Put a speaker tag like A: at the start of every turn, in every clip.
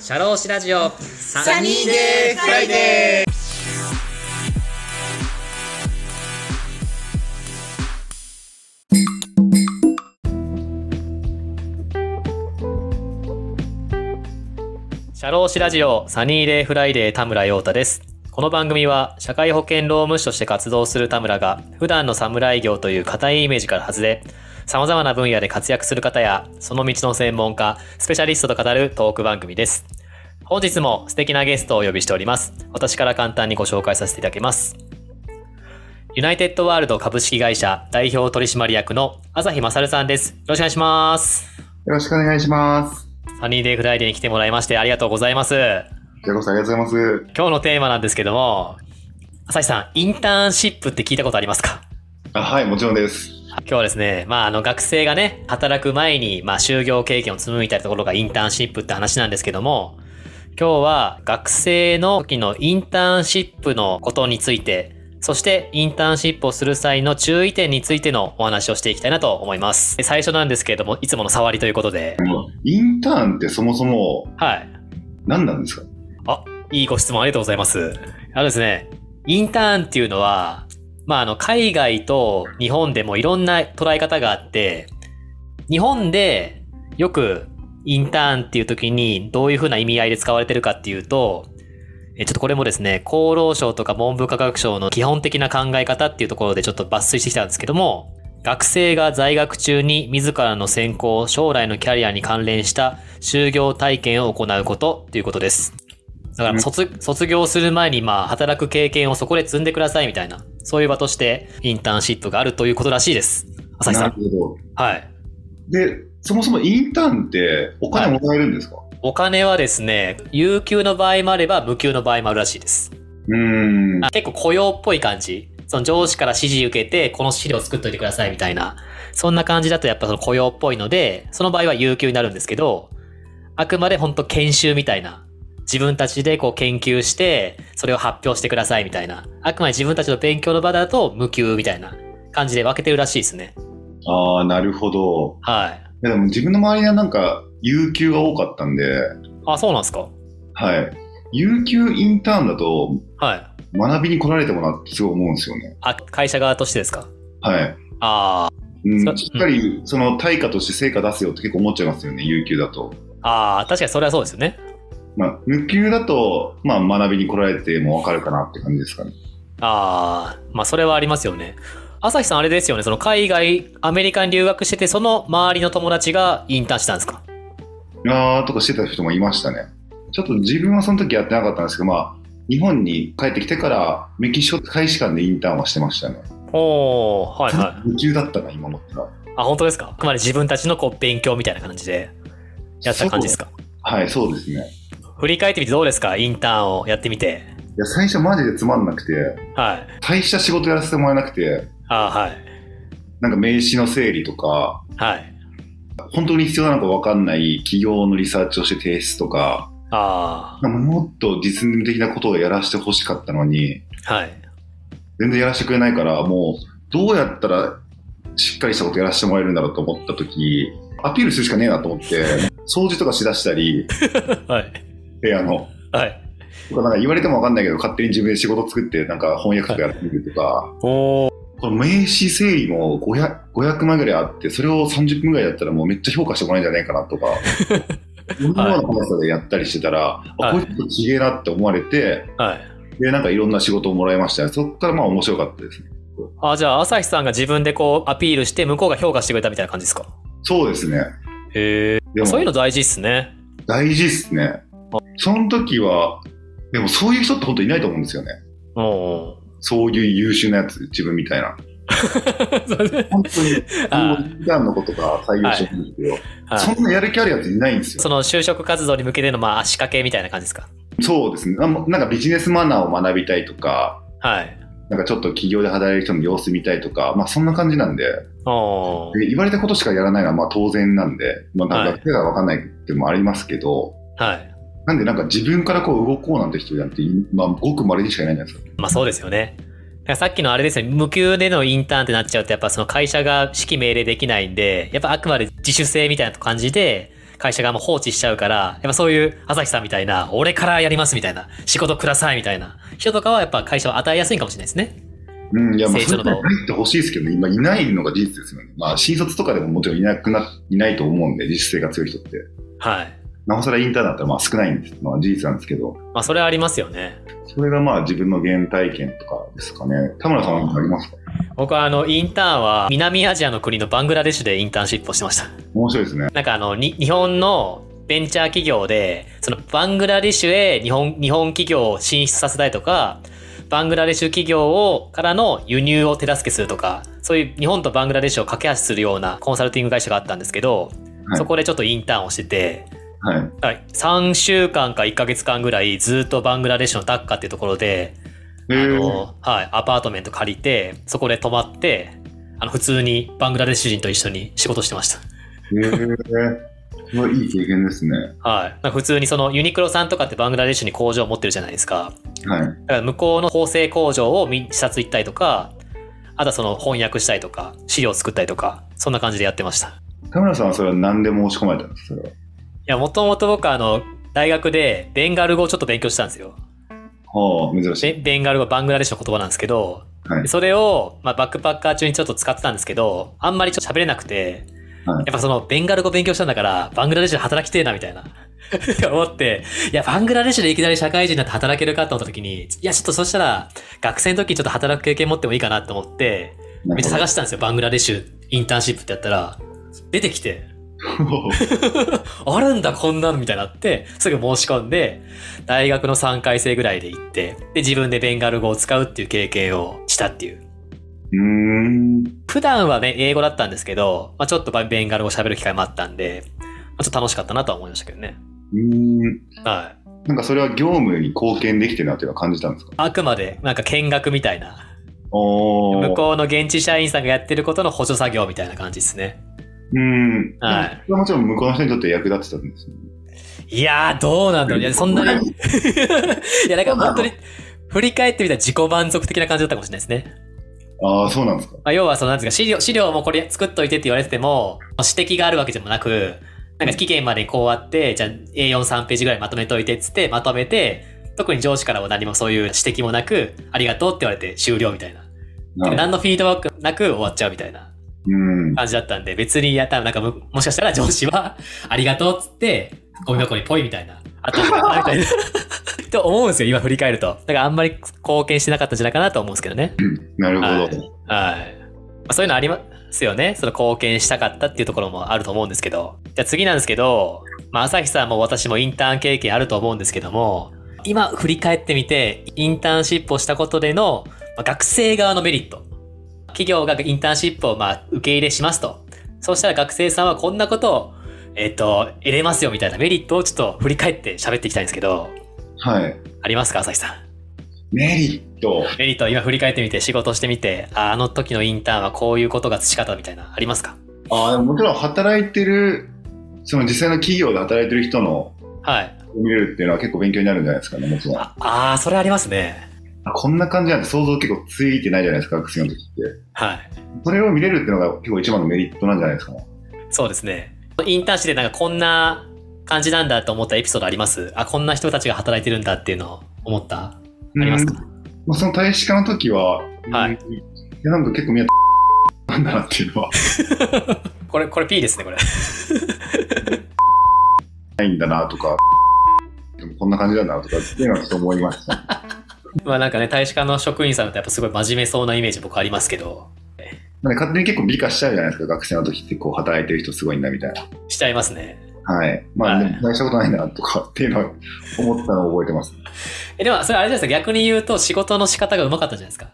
A: シャローシラジオサ
B: ニーデーフライデ
A: ーシャローシラジオサニーデーフライデー田村陽太ですこの番組は社会保険労務士として活動する田村が普段の侍業という固いイメージから外れ様々な分野で活躍する方や、その道の専門家、スペシャリストと語るトーク番組です。本日も素敵なゲストをお呼びしております。私から簡単にご紹介させていただきます。ユナイテッドワールド株式会社代表取締役の朝日勝さんです。よろしくお願いします。
B: よろしくお願いします。
A: サニーデイフライデーに来てもらいましてありがとうございます。
B: こちらこそありがとうございます。
A: 今日のテーマなんですけども、朝日さん、インターンシップって聞いたことありますか
B: あはい、もちろんです。
A: 今日はですね、まあ、あの学生がね、働く前に、まあ、就業経験を積むみたいなところがインターンシップって話なんですけども、今日は学生の時のインターンシップのことについて、そしてインターンシップをする際の注意点についてのお話をしていきたいなと思います。で最初なんですけれども、いつもの触りということで、
B: インターンってそもそも
A: はい。
B: 何なんですか
A: いいご質問ありがとうございます。あのですね、インターンっていうのは、まあ、あの、海外と日本でもいろんな捉え方があって、日本でよくインターンっていう時にどういうふうな意味合いで使われてるかっていうと、えちょっとこれもですね、厚労省とか文部科学省の基本的な考え方っていうところでちょっと抜粋してきたんですけども、学生が在学中に自らの専攻、将来のキャリアに関連した就業体験を行うことということです。だから
B: うん
A: 卒卒業する前にまあ働く経験をそこで積んでくださいみたいな、そういう場としてインターンシップがあるということらしいです。朝日さ。
B: なんるほど。
A: はい。
B: で、そもそもインターンってお金もらえるんですか、
A: お金はですね、有給の場合もあれば無給の場合もあるらしいです。
B: うーん。
A: あ結構雇用っぽい感じ。その上司から指示受けて、この資料を作っといてくださいみたいな。そんな感じだとやっぱその雇用っぽいので、その場合は有給になるんですけど、あくまで本当研修みたいな。自分たちでこう研究して、それを発表してくださいみたいな。あくまで自分たちの勉強の場だと無給みたいな感じで分けてるらしいですね。
B: ああ、なるほど。
A: はい。
B: いやでも自分の周りはなんか、有給が多かったんで、
A: あ、そうなんですか
B: はい。有給インターンだと、
A: はい。
B: 学びに来られたもなってすごい思うんですよね。
A: あ、会社側としてですか
B: はい。
A: あー
B: う
A: そ
B: ん、しっかり、その対価として成果出せよって結構思っちゃいますよね、有給だと。
A: あー、確かにそれはそうですよね。
B: まあ、無給だと、まあ、学びに来られてもわかるかなって感じですかね。
A: ああ、まあそれはありますよね。朝日さんあれですよね、その海外、アメリカに留学してて、その周りの友達がインターンしたんですか
B: あーとかしてた人もいましたね。ちょっと自分はその時やってなかったんですけど、まあ、日本に帰ってきてから、メキシコ大使館でインターンはしてましたね。
A: おー、はいはい。
B: 無給だったな、今思ったら。
A: あ、本当ですかあくまで自分たちのこう勉強みたいな感じでやった感じですか
B: はい、そうですね。
A: 振り返ってみてどうですかインターンをやってみて。
B: いや、最初マジでつまんなくて、
A: はい。
B: 大した仕事やらせてもらえなくて、
A: あーはい。
B: なんか名刺の整理とか、
A: はい。
B: 本当に必要なのかわかんない企業のリサーチをして提出とか、
A: あ
B: なんかもっと実務的なことをやらせてほしかったのに、
A: あ、はい。
B: 全然やらせてくれないからもうどうやったらしっかりしたことやらせてもらえるんだろうと思った時アピールするしかねえなと思って掃除とかしだしたり
A: はい。
B: 部屋の
A: はい。
B: とかなんか言われても分かんないけど勝手に自分で仕事作ってなんか翻訳とかやってみるとか
A: おー。
B: この名刺整理も 500, 500枚ぐらいあってそれを30分ぐらいだったらもうめっちゃ評価してもらえるんじゃないかなと か。いろんなような怖さでやったりしてたら、あこういう人ちげえなって思われて、
A: はい。
B: で、なんかいろんな仕事をもらいましたね。そっからまあ面白かったですね。
A: あ、じゃあ朝日さんが自分でこうアピールして、向こうが評価してくれたみたいな感じですか
B: そうですね。
A: へ
B: で
A: え。
B: も
A: そういうの大事っすね。
B: 大事っすね。その時は、でもそういう人って本当いないと思うんですよね。
A: おー。
B: そういう優秀なやつ、自分みた いな。本当に、
A: あー
B: 普段のことが採用してるんですけど、
A: はい
B: そんなやる気あるやついないんですよ
A: そ。の就職活動に向けてのまあ足掛けみたいな感じですか
B: そうですね。あもうなんかビジネスマナーを学びたいとか、
A: はい。
B: なんかちょっと企業で働いてる人の様子見たいとか、まあそんな感じなんで、
A: おー
B: で言われたことしかやらないのはまあ当然なんで、まあなん
A: は
B: か学生がわかんないってもありますけど、
A: はい。
B: なんでなんか自分からこう動こうなんて人なんて、まあごく稀にしかいないんじゃないですか。
A: まあそうですよね。だからさっきのあれですね、無給でのインターンってなっちゃうと、やっぱその会社が指揮命令できないんで、やっぱあくまで自主性みたいな感じで、会社がもう放置しちゃうから、やっぱそういう朝日さんみたいな、俺からやりますみたいな、仕事くださいみたいな人とかはやっぱ会社は与えやすいかもしれないですね。
B: うん、いや、まあ、
A: 成
B: そ
A: 長の
B: れか
A: 場
B: ら
A: を
B: 入ってほしいですけど、今いないのが事実ですよね。まあ、新卒とかでももちろんいなくな、いないと思うんで、自主性が強い人って。
A: はい。
B: なおさらインターンだったらまあ少ないんです。まあ事実なんですけど、
A: まあそれはありますよね。
B: それがまあ自分の原体験とかですかね。田村さんは何かありますか
A: 僕はあの、インターンは南アジアの国のバングラデシュでインターンシップをしてました。
B: 面白いですね。
A: なんかあの、に日本のベンチャー企業で、そのバングラデシュへ日本、日本企業を進出させたいとか、バングラデシュ企業を、からの輸入を手助けするとか、そういう日本とバングラデシュを架け橋するようなコンサルティング会社があったんですけど、
B: はい
A: そこでちょっとインターンをしてて、
B: はい。
A: はい、3週間か1ヶ月間ぐらいずっとバングラデシュのダッカっていうところで、あ
B: えー、
A: の、はい、アパートメント借りて、そこで泊まって、あの、普通にバングラデシュ人と一緒に仕事してました。
B: えー、すごいいい経験ですね。
A: はい。なんか普通にそのユニクロさんとかってバングラデシュに工場を持ってるじゃないですか。
B: はい。
A: だから向こうの縫製工場を見視察行ったりとか、あとはその翻訳したりとか、資料を作ったりとか、そんな感じでやってました。い
B: 田村さんはそれは何で申し込まれたんですかそれ
A: や、もともと僕はあの、大学でベンガル語をちょっと勉強したんですよ。
B: は。はあ、珍し
A: ベ
B: い。
A: ベンガル語はバングラデシュの言葉なんですけど、
B: はい
A: でそれを、まあ、バックパッカー中にちょっと使ってたんですけど、あんまりちょっと喋れなくて、
B: はい
A: やっぱそのベンガル語勉強したんだから、バングラデシュで働きてえなみたいな。 って思って、いや、バングラデシュでいきなり社会人になって働けるかと思った時に、いや、ちょっとそしたら、学生の時にちょっと働く経験持ってもいいかなと思って、めっちゃ探してたんですよ、バングラデシュインターンシップってやったら、出てきて、
B: て。
A: あるんだこんなのみたいになって、すぐ申し込んで、大学の3回生ぐらいで行って、で、自分でベンガル語を使うっていう経験をしたっていう。
B: うーん。
A: 普段はね、英語だったんですけど、まあ、ちょっとベンガル語喋る機会もあったんで、まあ、ちょっと楽しかったなとは思いましたけどね。
B: うーん。
A: はい。
B: なんかそれは業務に貢献できてるなっていうのは感じたんですか
A: あくまで、なんか見学みたいな。
B: おー
A: 向こうの現地社員さんがやってることの補助作業みたいな感じですね。
B: う。うん。
A: はい
B: それはもちろん向こうの人にとって役立ってたんですよね。
A: いやー、どうなんだろう。いや、そん なに。 いや、なんか本当に、振り返ってみたら自己満足的な感じだったかもしれないですね。
B: ああ、そうなんですか。
A: まあ、要はそのなんですか資料資料もこれ作っといてって言われてても指摘があるわけでもなくなんか期限までにこうあってじゃあ A43 ページぐらいまとめといてっつってまとめて特に上司からも何もそういう指摘もなくありがとうって言われて終了みたいな
B: なるほど
A: 何のフィードバックなく終わっちゃうみたいな
B: うん。
A: 感じだったんで別にやったらなんかむもしかしたら上司はありがとうっつってゴミ箱にポイみたいなあったんじゃないかなみたい なと思うんですよ今振り返るとだからあんまり貢献してなかったんじゃないかなと思うんですけどね
B: なるほど。
A: はい。まあ、そういうのありますよね。その貢献したかったっていうところもあると思うんですけど。じゃあ次なんですけど、まあ、朝日さんも私もインターン経験あると思うんですけども、今振り返ってみて、インターンシップをしたことでの、まあ、学生側のメリット。企業がインターンシップをまあ受け入れしますと。そうしたら学生さんはこんなことを、えっ、と、得れますよみたいなメリットをちょっと振り返って喋っていきたいんですけど、
B: はい。
A: ありますか朝日さん。
B: メリット。
A: メリット今振り返ってみて仕事してみてああの時のインターンはこういうことが培ったみたいなありますか
B: ああ、でももちろん働いてる、その実際の企業で働いてる人の
A: はい
B: 見れるっていうのは結構勉強になるんじゃないですかね、もちろん。
A: ああーそれありますね
B: あこんな感じなんて想像結構ついてないじゃないですか、学生の時って。
A: はい
B: それを見れるっていうのが結構一番のメリットなんじゃないですかね。
A: そうですねインターンしてなんかこんな感じなんだと思ったエピソードありますあこんな人たちが働いてるんだっていうのを思ったあります
B: うん
A: か
B: まあ、その大使館の時は、
A: はい
B: うんいやなんか結構みんな、なんだなっていうのは、
A: これこれ P ですねこれ
B: ないんだなとか、でもこんな感じなんだなとかっていうのはちょっと思いました。
A: まあなんかね大使館の職員さんってやっぱすごい真面目そうなイメージ僕ありますけど
B: なんで勝手に結構美化しちゃうじゃないですか、学生の時ってこう働いてる人すごいんだみたいな。
A: しちゃいますね
B: はい。まあ、
A: はい
B: でも大したことないなとかっていうのは思ったのを覚えてます。
A: えでもそれあれじゃないですか逆に言うと仕事の仕方がうまかったんじゃないですか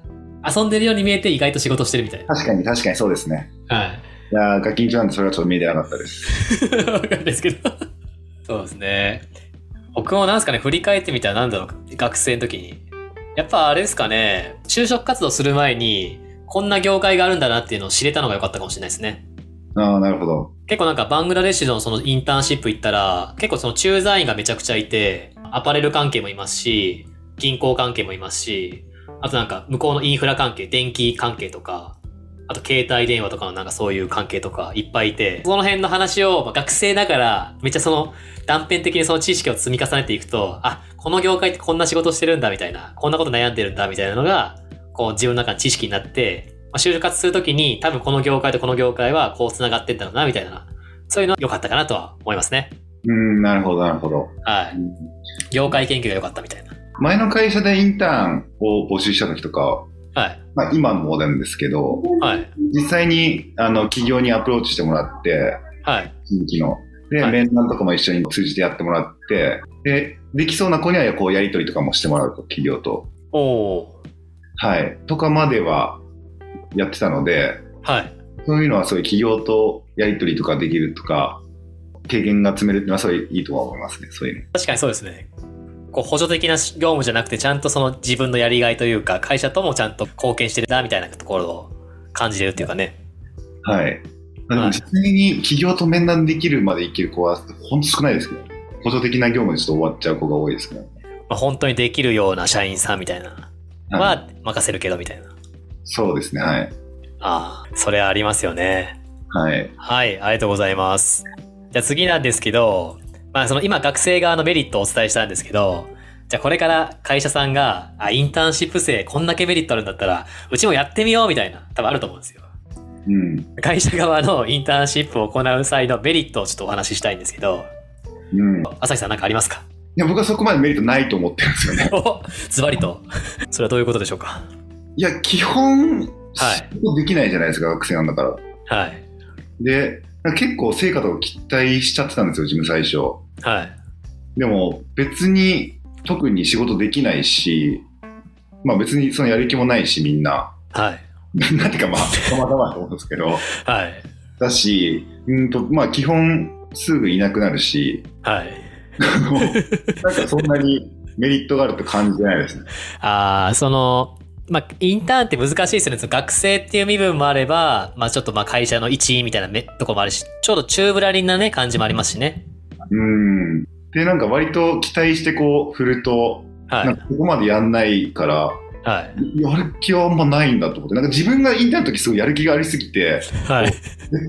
A: 遊んでるように見えて意外と仕事してるみたい
B: 確かに確かにそうですね。
A: なはい
B: いやー、ガキンチなんでそれはちょっと見えてなかったです。
A: わかんないですけど。そうですね。僕もなんですかね、振り返ってみたらなんだろう、学生の時に。やっぱあれですかね、就職活動する前に、こんな業界があるんだなっていうのを知れたのが良かったかもしれないですね。
B: ああ、なるほど。
A: 結構なんかバングラデシュのそのインターンシップ行ったら、結構その駐在員がめちゃくちゃいて、アパレル関係もいますし、銀行関係もいますし、あとなんか向こうのインフラ関係、電気関係とか、あと携帯電話とかのなんかそういう関係とかいっぱいいて、その辺の話を、まあ、学生だから、めっちゃその断片的にその知識を積み重ねていくと、あ、この業界ってこんな仕事してるんだみたいな、こんなこと悩んでるんだみたいなのが、こう自分の中の知識になって、まあ、就活するときに多分この業界とこの業界はこう繋がってんだろうなみたいな、そういうのは良かったかなとは思いますね。
B: うん、なるほど、なるほど。
A: は
B: うん
A: い。業界研究が良かったみたいな。
B: 前の会社でインターンを募集した時とか、
A: はい。
B: まあ、今もなんですけど、
A: はい。
B: 実際にあの企業にアプローチしてもらって、
A: はい。
B: 新規の。で、
A: はい
B: 面談とかも一緒に通じてやってもらって、で、できそうな子にはこうやり取りとかもしてもらうと、企業と。
A: おお
B: はい。とかまではやってたので、
A: ー。はい。
B: そういうのはそういう企業とやり取りとかできるとか、経験が積めるっていうのはそれいいとは思いますね、そういうの。
A: 確かにそうですね。こう補助的な業務じゃなくて、ちゃんとその自分のやりがいというか、会社ともちゃんと貢献してるな、みたいなところを感じれるっていうかね。
B: はい。でも
A: はい
B: 実際に企業と面談できるまでいける子は、ほんと少ないですけど、補助的な業務でちょっと終わっちゃう子が多いですね。
A: まあ、本当にできるような社員さんみたいなの
B: はい、
A: は任せるけど、みたいな。
B: そうですね、はい。
A: ああ、それはありますよね。
B: はい。
A: はい、ありがとうございます。じゃあ次なんですけど、まあその今学生側のメリットをお伝えしたんですけど、じゃあこれから会社さんが、あ、インターンシップ生こんだけメリットあるんだったら、うちもやってみようみたいな、多分あると思うんですよ。
B: うん。
A: 会社側のインターンシップを行う際のメリットをちょっとお話ししたいんですけど、
B: うん。い
A: 朝日さん何かありますか
B: や、僕はそこまでメリットないと思ってるんですよね。
A: おズバリと。それはどういうことでしょうか
B: いや、基本、
A: はい
B: 仕事できないじゃないですか、学生なんだから。
A: はい。
B: で、なんか結構成果とか期待しちゃってたんですよ、自分最初。
A: はい。
B: でも、別に特に仕事できないし、まあ別にそのやる気もないし、みんな。
A: はい。
B: なんていうかまあ、たまたまだと思うんですけど。
A: はい。
B: だし、うんと、まあ基本すぐいなくなるし、
A: はい。
B: あのなんかそんなにメリットがあると感じないですね。
A: あーその、まあ、インターンって難しいですよね。その学生っていう身分もあれば、まあ、ちょっとまあ会社の一員みたいなめとこもあるし、ちょうど中ぶらりんなね、感じもありますしね。
B: うん。で、なんか割と期待してこう振ると、
A: は
B: なん
A: い。
B: かここまでやんないから、
A: はい。
B: やる気はあんまないんだと思って、なんか自分がインターンの時すごいやる気がありすぎて、
A: はい。
B: 絶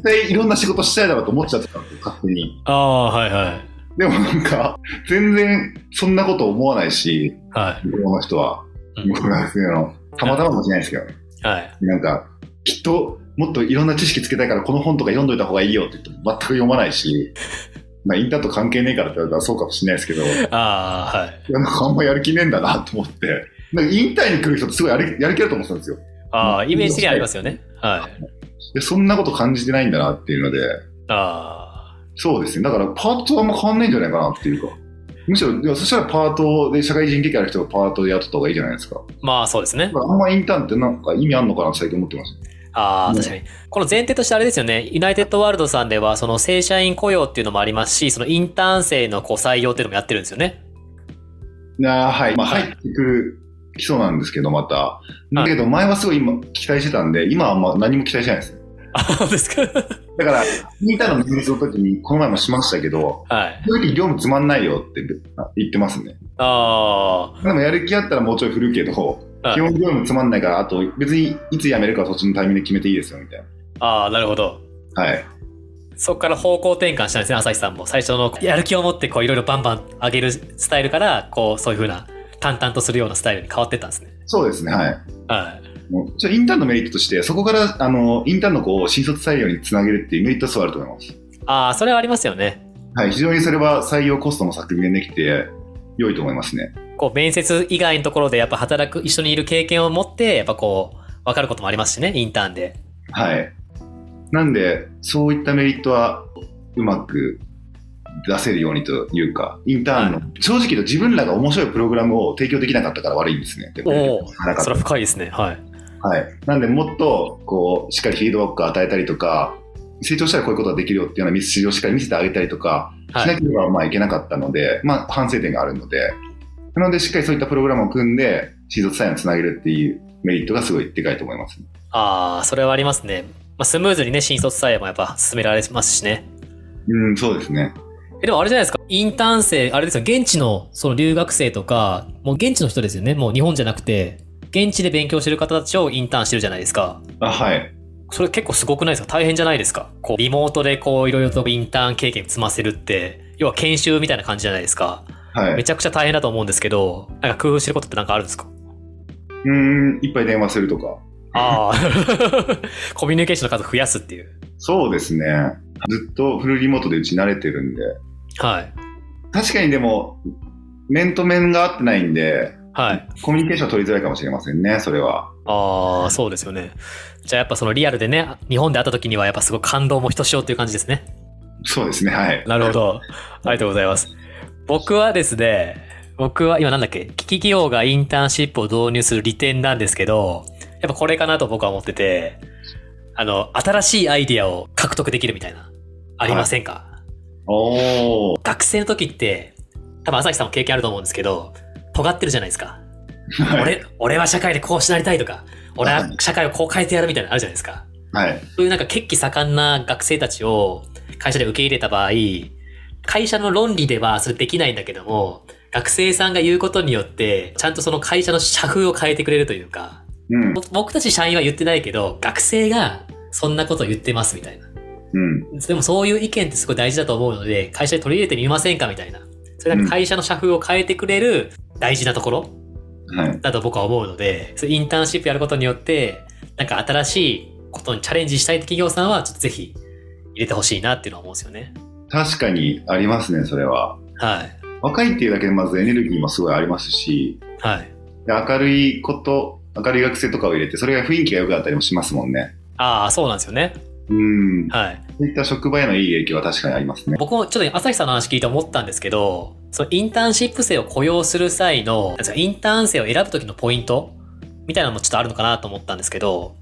B: 対いろんな仕事したいだろうと思っちゃってたんですよ、勝手に。
A: ああ、はいはい。
B: でもなんか、全然そんなこと思わないし、
A: は
B: 向こうの人は、
A: い。うん
B: 向こうの学生の、たまたまかもしれないですけど、
A: はい。
B: なんか、きっともっといろんな知識つけたいからこの本とか読んどいた方がいいよって言っても全く読まないし、まあインターンと関係ねえからって言われたらそうかもしれないですけど、い
A: ああ、はい。
B: やなんかあんまやる気ねえんだなと思って、なんかインターンに来る人ってすごいやるやる気あると思ってたんですよ。
A: ああ、イメージ的にありますよね。はい。
B: で、そんなこと感じてないんだなっていうので、
A: あ
B: そうですね。だからパートとあんま変わんないんじゃないかなっていうか。むしろ、いやそしたらパートで社会人経験ある人がパートで雇った方がいいじゃないですか。
A: あ、まあそうですね
B: だ。からあんまインターンってなんか意味あんのかなって最近思ってます。
A: ああ、
B: うん
A: 確かに。この前提としてあれですよね。ユナイテッドワールドさんでは、その正社員雇用っていうのもありますし、そのインターン生のこう採用っていうのもやってるんですよね。
B: ああはい。まあ
A: はい
B: 入ってくる、きそうなんですけど、また。だけど前はすごい今期待してたんで、今はあんま何も期待してないです。
A: ああ、そうですか。
B: だから、インターンの面接の時にこの前もしましたけど、
A: はい。
B: 正直業務つまんないよって言ってますね。
A: あ
B: でもやる気あったらもうちょい振るけど、
A: はい
B: 基本業務つまんないから、あと別にいつ辞めるかはそっちのタイミングで決めていいですよ、みたい
A: あ、ああ、なるほど。
B: な。はい。
A: そこから方向転換したんですね、朝日さんも。最初のやる気を持ってこういろいろバンバン上げるスタイルから、こうそういう風な淡々とするようなスタイルに変わってったんですね。
B: そうですね、はい。
A: はい。
B: もうちょインターンのメリットとして、そこからあのインターンの子を新卒採用につなげるっていうメリットはそうあると思います。
A: ああ、それはありますよね。
B: はい、非常にそれは採用コストも削減できて、良いと思いますね。
A: こう面接以外のところでやっぱ働く一緒にいる経験を持ってやっぱこう分かることもありますしねインターンで
B: はい。なんで、そういったメリットはうまく出せるようにというか、インターンの、
A: は
B: 正直言うと自分らが面白いプログラムを提供できなかったから悪いんですね。で
A: おお
B: なかっ
A: それは深いですねはい
B: たはい。なんで、もっと、こう、しっかりフィードバックを与えたりとか、成長したらこういうことができるよっていうような道筋をしっかり見せてあげたりとか、し
A: は
B: ないければまあいけなかったので、まあ反省点があるので、なのでしっかりそういったプログラムを組んで、新卒採用につなげるっていうメリットがすごいでかいと思います。
A: ああそれはありますね、まあ、スムーズにね新卒採用もやっぱ進められますしね
B: うん、そうですね。
A: えでもあれじゃないですかインターン生あれですよ現地のその留学生とかもう現地の人ですよねもう日本じゃなくて現地で勉強してる方たちをインターンしてるじゃないですか
B: あ、はい。
A: それ結構すごくないですか大変じゃないですかこう、リモートでこう、いろいろとインターン経験積ませるって、要は研修みたいな感じじゃないですか。
B: はい。
A: めちゃくちゃ大変だと思うんですけど、なんか工夫してることってなんかあるんですか
B: うーん、いっぱい電話するとか。
A: ああ、コミュニケーショ ンの数増やすっていう。
B: そうですね。ずっとフルリモートでうち慣れてるんで。
A: はい。
B: 確かにでも、面と面が合ってないんで、
A: はい。
B: コミュニケーション取りづらいかもしれませんね、それは。
A: ああ、そうですよね。じゃあやっぱそのリアルでね、日本で会った時にはやっぱすごく感動もひとしおっていう感じですね。
B: そうですね、はい。
A: なるほど。 ありがとうございます。僕はですね、僕は今なんだっけ、危機企業がインターンシップを導入する利点なんですけど、やっぱこれかなと僕は思ってて、あの、新しいアイディアを獲得できるみたいな、ありませんか、
B: はい、
A: 学生の時って、多分朝日さんも経験あると思うんですけど、尖ってるじゃないですか。はい、俺、俺は社会でこうしなりたいとか、俺は社会をこう変えてやるみたいなのあるじゃないですか。
B: はい。
A: そういうなんか血気盛んな学生たちを会社で受け入れた場合、会社の論理ではそれできないんだけども、学生さんが言うことによって、ちゃんとその会社の社風を変えてくれるというか、
B: うん、
A: 僕たち社員は言ってないけど、学生がそんなことを言ってますみたいな。
B: うん、
A: でもそういう意見ってすごい大事だと思うので、会社で取り入れてみませんかみたいな。それなんか会社の社風を変えてくれる大事なところだと僕は思うので、うん、はい、インターンシップやることによって、なんか新しいことにチャレンジしたいって企業さんは、ちょっとぜひ入れてほしいなっていうのは思うんですよね。
B: 確かにありますね、それは。
A: はい。
B: 若いっていうだけでまずエネルギーもすごいありますし、
A: はい。
B: で明るいこと明るい学生とかを入れてそれが雰囲気が良くなったりもしますもんね
A: ああそうなんですよね
B: うん
A: はい
B: そういった職場へのいい影響は確かにありますね
A: 僕もちょっと朝日さんの話聞いて思ったんですけどそのインターンシップ生を雇用する際のインターン生を選ぶ時のポイントみたいなのもちょっとあるのかなと思ったんですけど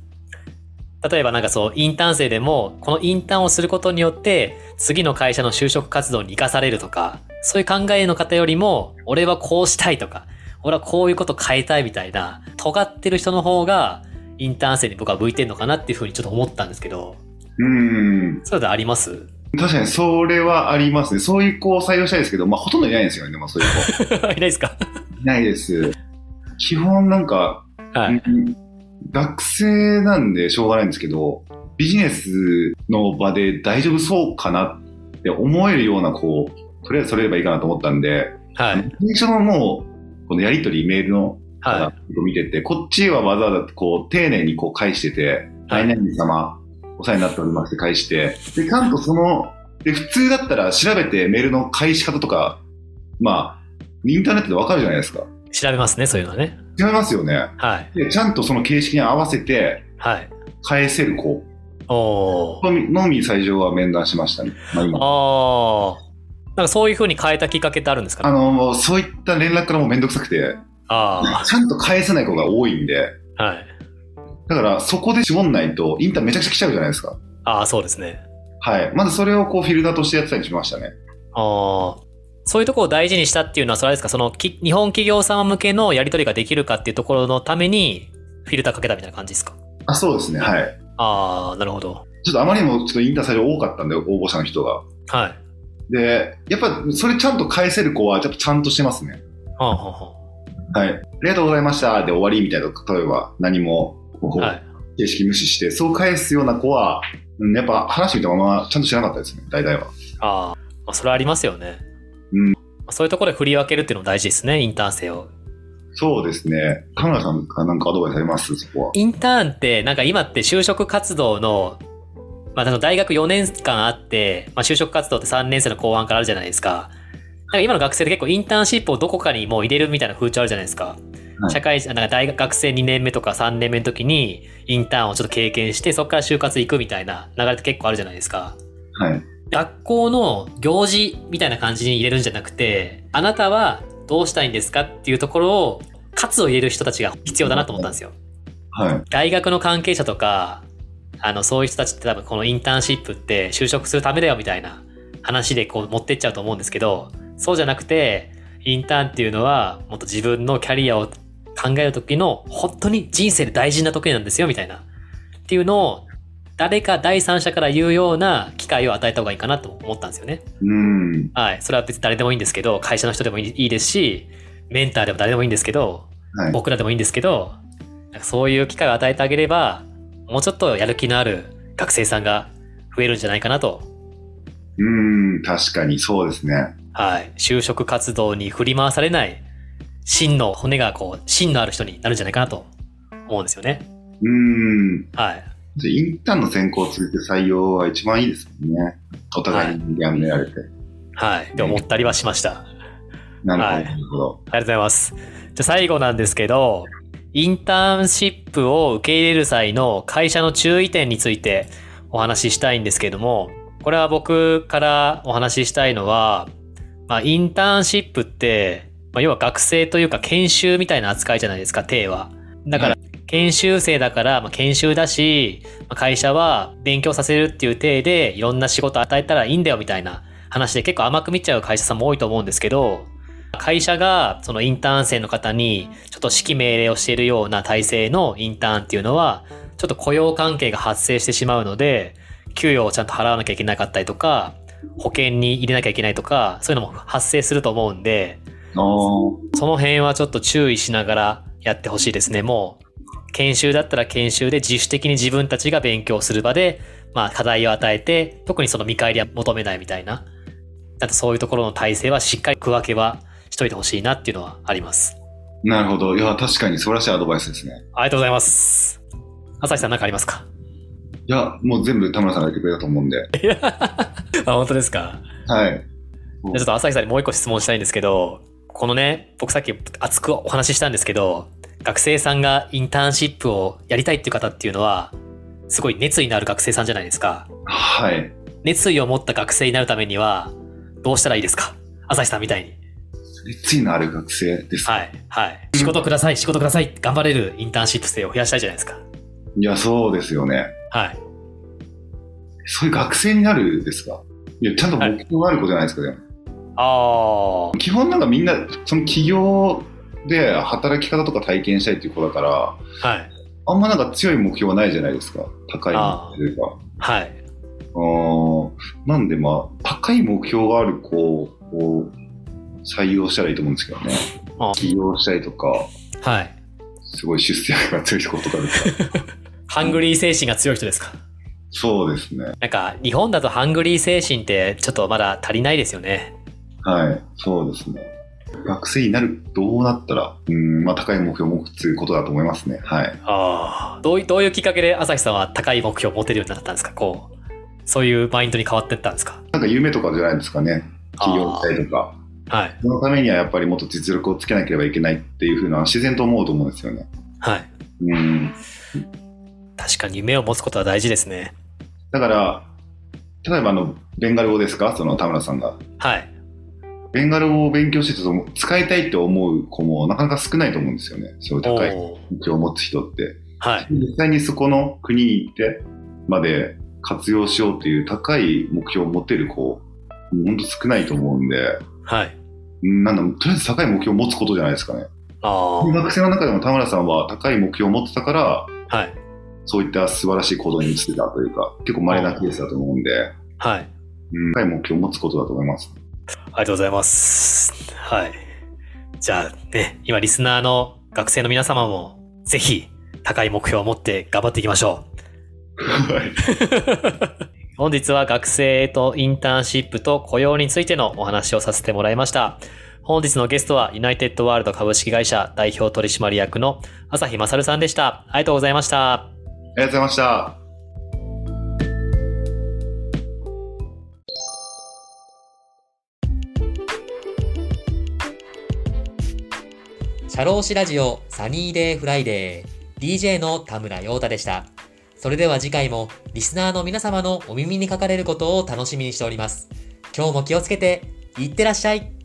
A: 例えばなんかそうインターン生でもこのインターンをすることによって次の会社の就職活動に生かされるとかそういう考えの方よりも俺はこうしたいとか俺はこういうこと変えたいみたいな、尖ってる人の方が、インターン生に僕は向いてるのかなっていうふうにちょっと思ったんですけど。
B: うん。
A: そういうのあります
B: 確かに、それはありますね。そういう子を採用したいですけど、まあ、ほとんどいないんですよね、でもそういう
A: 子。 いないですか
B: いないです。基本なんか、
A: はい、
B: 学生なんでしょうがないんですけど、ビジネスの場で大丈夫そうかなって思えるような子を、とりあえずそれればいいかなと思ったんで、
A: はい。
B: 最初のもう、このやりとり、メールの、はい、見てて、こっちはわざわざこう、丁寧にこう返してて、はい、何々様、お世話になっておりますって返して、で、ちゃんとその、で、普通だったら調べてメールの返し方とか、まあ、インターネットでわかるじゃないですか。
A: 調べますね、そういうのはね。
B: 調べますよね。
A: はい。
B: で、ちゃんとその形式に合わせて、
A: はい。
B: 返せる子。
A: お
B: のみ最初は面談しましたね。
A: まあ今、ああ。なんかそういうふうに変えたきっかけってあるんですか、
B: ね、あの、そういった連絡からもめんどくさくて、
A: あ
B: ちゃんと返せない子が多いんで、
A: はい。
B: だから、そこで絞んないと、インターめちゃくちゃ来ちゃうじゃないですか。
A: ああ、そうですね。
B: はい。まずそれをこう、フィルターとしてやってたりしましたね。
A: ああ。そういうところを大事にしたっていうのは、それですか、その、日本企業様向けのやり取りができるかっていうところのために、フィルターかけたみたいな感じですか
B: あ、そうですね、はい。
A: ああ、なるほど。
B: ちょっとあまりにも、ちょっとインター最初多かったんで、応募者の人が。
A: はい。
B: で、やっぱそれちゃんと返せる子はやっぱちゃんとしてますね。
A: はあ
B: はあ、はい。ありがとうございましたで終わりみたいな、例えば何も形式無視して、はい、そう返すような子は、うん、やっぱ話見たままちゃんとしなかったですね、大体は。
A: ああ、それありますよね。
B: うん。
A: そういうところで振り分けるっていうのも大事ですね、インターン生を。
B: そうですね。田村さんかなんかアドバイスありますそこは。
A: インターンって、なんか今って就職活動のまあ、大学4年間あって、まあ、就職活動って3年生の後半からあるじゃないですか。なんか今の学生で結構インターンシップをどこかにもう入れるみたいな風潮あるじゃないですか。はい、社会人、なんか大学学生2年目とか3年目の時にインターンをちょっと経験して、そこから就活行くみたいな流れって結構あるじゃないですか。
B: はい。
A: 学校の行事みたいな感じに入れるんじゃなくて、あなたはどうしたいんですかっていうところを、活を入れる人たちが必要だなと思ったんですよ。
B: はい。
A: 大学の関係者とか、あの、そういう人たちって多分このインターンシップって就職するためだよみたいな話でこう持ってっちゃうと思うんですけど、そうじゃなくて、インターンっていうのはもっと自分のキャリアを考える時の本当に人生で大事な時なんですよみたいな。っていうのを誰か第三者から言うような機会を与えた方がいいかなと思ったんですよね。
B: うん。
A: はい。それは別に誰でもいいんですけど、会社の人でもいいですし、メンターでも誰でもいいんですけど、
B: はい、
A: 僕らでもいいんですけど、なんかそういう機会を与えてあげれば、もうちょっとやる気のある学生さんが増えるんじゃないかなと、
B: うん、確かにそうですね。
A: はい、就職活動に振り回されない、真の骨がこう、芯のある人になるんじゃないかなと思うんですよね。
B: うん。
A: はい。
B: でインターンの選考を通じて採用は一番いいですもんね。お互いにやめられて。
A: はい。って思ったりはしました。
B: な
A: は
B: る
A: い
B: ほど。
A: ありがとうございます。じゃあ最後なんですけど、インターンシップを受け入れる際の会社の注意点についてお話ししたいんですけども、これは僕からお話ししたいのは、まあ、インターンシップって、まあ、要は学生というか研修みたいな扱いじゃないですか、体は。だから、研修生だから、まあ、研修だし、まあ会社は勉強させるっていう体で、いろんな仕事与えたらいいんだよみたいな話で結構甘く見ちゃう会社さんも多いと思うんですけど、会社がそのインターン生の方にちょっと指揮命令をしているような体制のインターンっていうのはちょっと雇用関係が発生してしまうので給与をちゃんと払わなきゃいけなかったりとか保険に入れなきゃいけないとかそういうのも発生すると思うんで
B: おー
A: その辺はちょっと注意しながらやってほしいですねもう研修だったら研修で自主的に自分たちが勉強する場で、まあ、課題を与えて特にその見返りは求めないみたいなあとそういうところの体制はしっかり区分けはしといてほしいなっていうのはあります
B: なるほど。いや、確かに素晴らしいアドバイスですね。
A: ありがとうございます。朝日さん何かありますか
B: いや、もう全部田村さんが言ってくれたと思うんで。
A: あ、本当ですか。
B: はい。
A: じゃあちょっと朝日さんにもう一個質問したいんですけど、このね、僕さっき熱くお話ししたんですけど、学生さんがインターンシップをやりたいっていう方っていうのは、すごい熱意のある学生さんじゃないですか。
B: はい。
A: 熱意を持った学生になるためには、どうしたらいいですか朝日さんみたいに。
B: 熱意のある学生です。
A: はい。はい。仕事ください、仕事ください。頑張れるインターンシップ生を増やしたいじゃないですか。
B: いや、そうですよね。
A: はい。
B: そういう学生になるですかいや、ちゃんと目標があることじゃないですか、でも
A: あ
B: 基本なんかみんな、その企業で働き方とか体験したいっていう子だから、
A: あ。はい。
B: あんまなんか強い目標はないじゃないですか。高い
A: あー
B: 目標というか。
A: はい。
B: あーなんでまあ、高い目標がある子を採用したらいいと思うんですけどね。
A: あ
B: 起業したりとか、
A: はい。
B: すごい出世が強い子とかですか
A: ハングリー精神が強い人ですか
B: そうですね。
A: なんか日本だとハングリー精神ってちょっとまだ足りないですよね。
B: はい、そうですね。学生になる、どうなったら、うん、まあ、高い目標を持つということだと思いますね。はい。
A: ああ。どういどういうきっかけで朝日さんは高い目標を持てるようになったんですかこう、そういうマインドに変わってったんですか
B: なんか夢とかじゃないですかね。起業したりとか。
A: はい。
B: そのためにはやっぱりもっと実力をつけなければいけないっていうふうな自然と思うと思うんですよね。
A: はい。
B: うん。
A: 確かに夢を持つことは大事ですね。
B: だから、例えばあの、ベンガル語ですかその田村さんが。
A: はい。
B: ベンガル語を勉強しててその使いたいって思う子もなかなか少ないと思うんですよね。そういう高い
A: おー
B: 目標を持つ人って。
A: はい。
B: 実際にそこの国に行ってまで活用しようっていう高い目標を持てる子、ほんと少ないと思うんで、
A: はい。
B: うんなんだ、とりあえず高い目標を持つことじゃないですかね。
A: あ
B: 学生の中でも田村さんは高い目標を持ってたから、
A: あ。はい。
B: そういった素晴らしい行動に移ってたというか、結構稀なケースだと思うんで、
A: はい。
B: うん高い目標を持つことだと思います。
A: ありがとうございます。はい。じゃあね、今リスナーの学生の皆様もぜひ高い目標を持って頑張っていきましょう。
B: はい
A: 本日は学生とインターンシップと雇用についてのお話をさせてもらいました。本日のゲストはユナイテッドワールド株式会社代表取締役の朝日勝さんでした。ありがとうございました。
B: ありがとうございました。
C: シャローシラジオサニーデイフライデー DJ の田村陽太でした。それでは次回もリスナーの皆様のお耳にかかれることを楽しみにしております。今日も気をつけていってらっしゃい